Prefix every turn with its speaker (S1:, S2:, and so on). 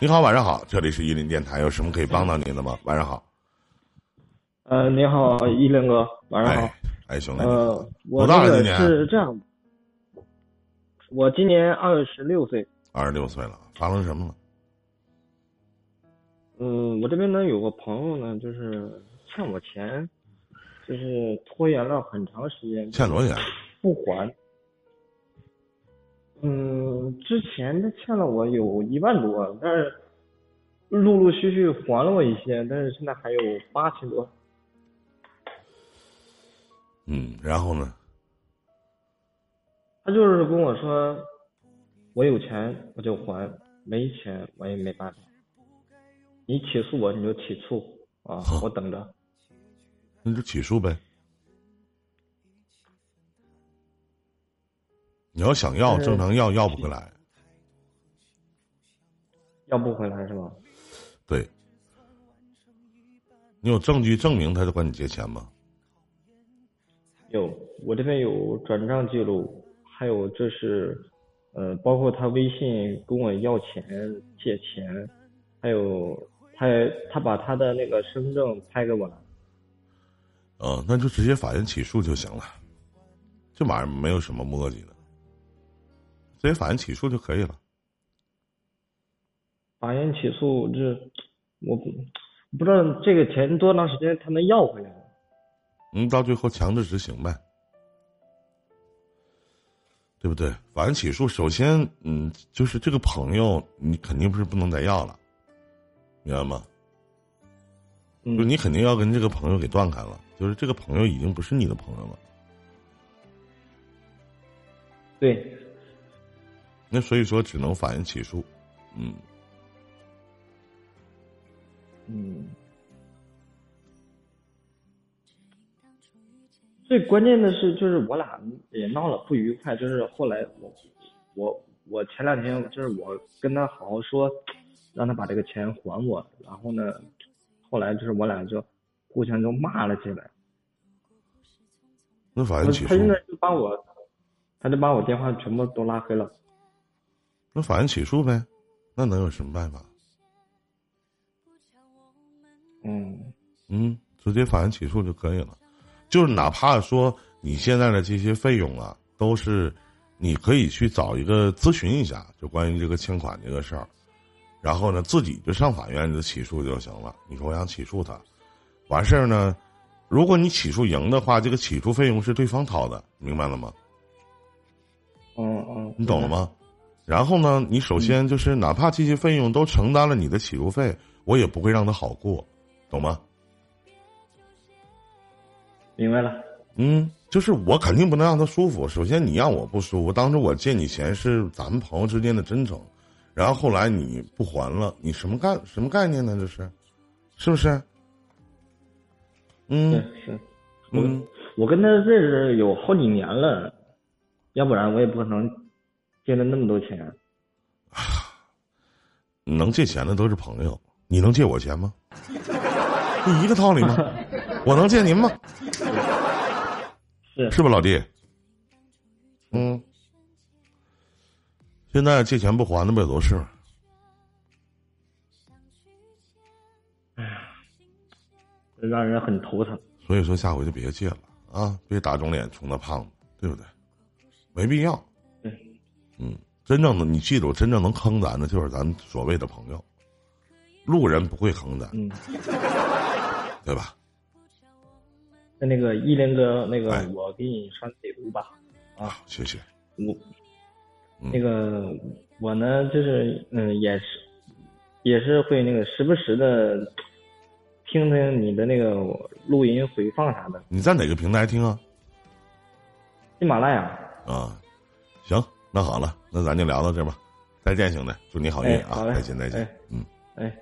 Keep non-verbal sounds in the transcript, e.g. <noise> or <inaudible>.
S1: 你好，晚上好，这里是伊林电台，有什么可以帮到您的
S2: 嗯
S1: 吗？晚上好，
S2: 呃，你好，一林哥，晚上好。
S1: 哎，哎，兄弟，
S2: 呃，
S1: 多
S2: 我
S1: 大
S2: 这
S1: 了今
S2: 个
S1: 年
S2: 是这样，我今年二十六岁。
S1: 二十六岁了，发生什么了？
S2: 嗯，我这边呢有个朋友呢，就是欠我钱，就是拖延了很长时间
S1: 欠多少钱？
S2: 不还。嗯，之前他欠了我有一万多，但是陆陆续续还了我一些，但是现在还有八千多。
S1: 嗯，然后呢？
S2: 他就是跟我说，我有钱我就还，没钱我也没办法。你起诉我你就起诉啊，我等着。
S1: 那就起诉呗。你要想要，
S2: 嗯
S1: 正常要，要不回来。
S2: 要不回来是吧？
S1: 对，你有证据证明他就管你借钱吗？
S2: 有，我这边有转账记录，还有这是，呃，包括他微信跟我要钱、借钱，还有他他把他的那个身份证拍给我了。
S1: 嗯，那就直接法院起诉就行了，这玩意儿没有什么磨叽的，直接法院起诉就可以了。
S2: 法院起诉这，我不不知道这个钱多长时间他能要回来。
S1: 嗯，到最后强制执行呗，对不对？法院起诉，首先，嗯，就是这个朋友，你肯定不是不能再要了，明白吗？
S2: 嗯
S1: 就是你肯定要跟这个朋友给断开了，就是这个朋友已经不是你的朋友了。
S2: 对，
S1: 那所以说，只能法院起诉。嗯，
S2: 嗯。最关键的是，就是我俩也闹了不愉快，就是后来我我我前两天就是我跟他好好说，让他把这个钱还我，然后呢，后来就是我俩就互相就骂了起来，
S1: 那法
S2: 他
S1: 院起诉
S2: 现，在就把我，他就把我电话全部都拉黑了。
S1: 那法院起诉呗，那能有什么办法？
S2: 嗯，
S1: 嗯，直接法院起诉就可以了。就是哪怕说你现在的这些费用啊，都是你可以去找一个咨询一下，就关于这个欠款这个事儿，然后呢，自己就上法院就起诉就行了。你说我想起诉他，完事儿呢，如果你起诉赢的话，这个起诉费用是对方掏的，明白了吗？
S2: 嗯嗯，
S1: 你懂了？吗？然后呢，你首先就是哪怕这些费用都承担了你的起诉费，我也不会让他好过，懂吗？
S2: 明白了。
S1: 嗯，就是我肯定不能让他舒服。首先，你让我不舒服。当时我借你钱是咱们朋友之间的真诚，然后后来你不还了，你什么概什么概念呢？这是，是不是？
S2: 对
S1: 嗯，
S2: 是。
S1: 嗯，
S2: 我跟他认识有好几年了，要不然我也不可能借了那么多钱。
S1: 能借钱的都是朋友，你能借我钱吗？不一个道理吗？我能借您吗？
S2: 是
S1: 是吧，老弟？嗯，现在借钱不还的不有都是吗？
S2: 让人很头疼。
S1: 所以说下回就别借了啊，别打肿脸充那胖子，对不对？没必要。
S2: 嗯
S1: 嗯，真正的你记住，真正能坑咱的就是咱所谓的朋友，路人不会坑咱， <laughs>
S2: 嗯，
S1: 对吧？
S2: 那那个依林哥，那个
S1: 哎
S2: 我给你刷礼物吧。
S1: 啊，谢谢。
S2: 我
S1: 嗯
S2: 那个我呢，就是嗯，也是也是会那个时不时的听听你的那个录音回放啥的。
S1: 你在哪个平台听啊？
S2: 喜马拉雅，
S1: 啊，行，那好了，那咱就聊到这儿吧。再见，兄弟，祝你好运
S2: 哎，
S1: 啊！
S2: 好嘞，
S1: 再见，再见。
S2: 哎
S1: 嗯。
S2: 哎，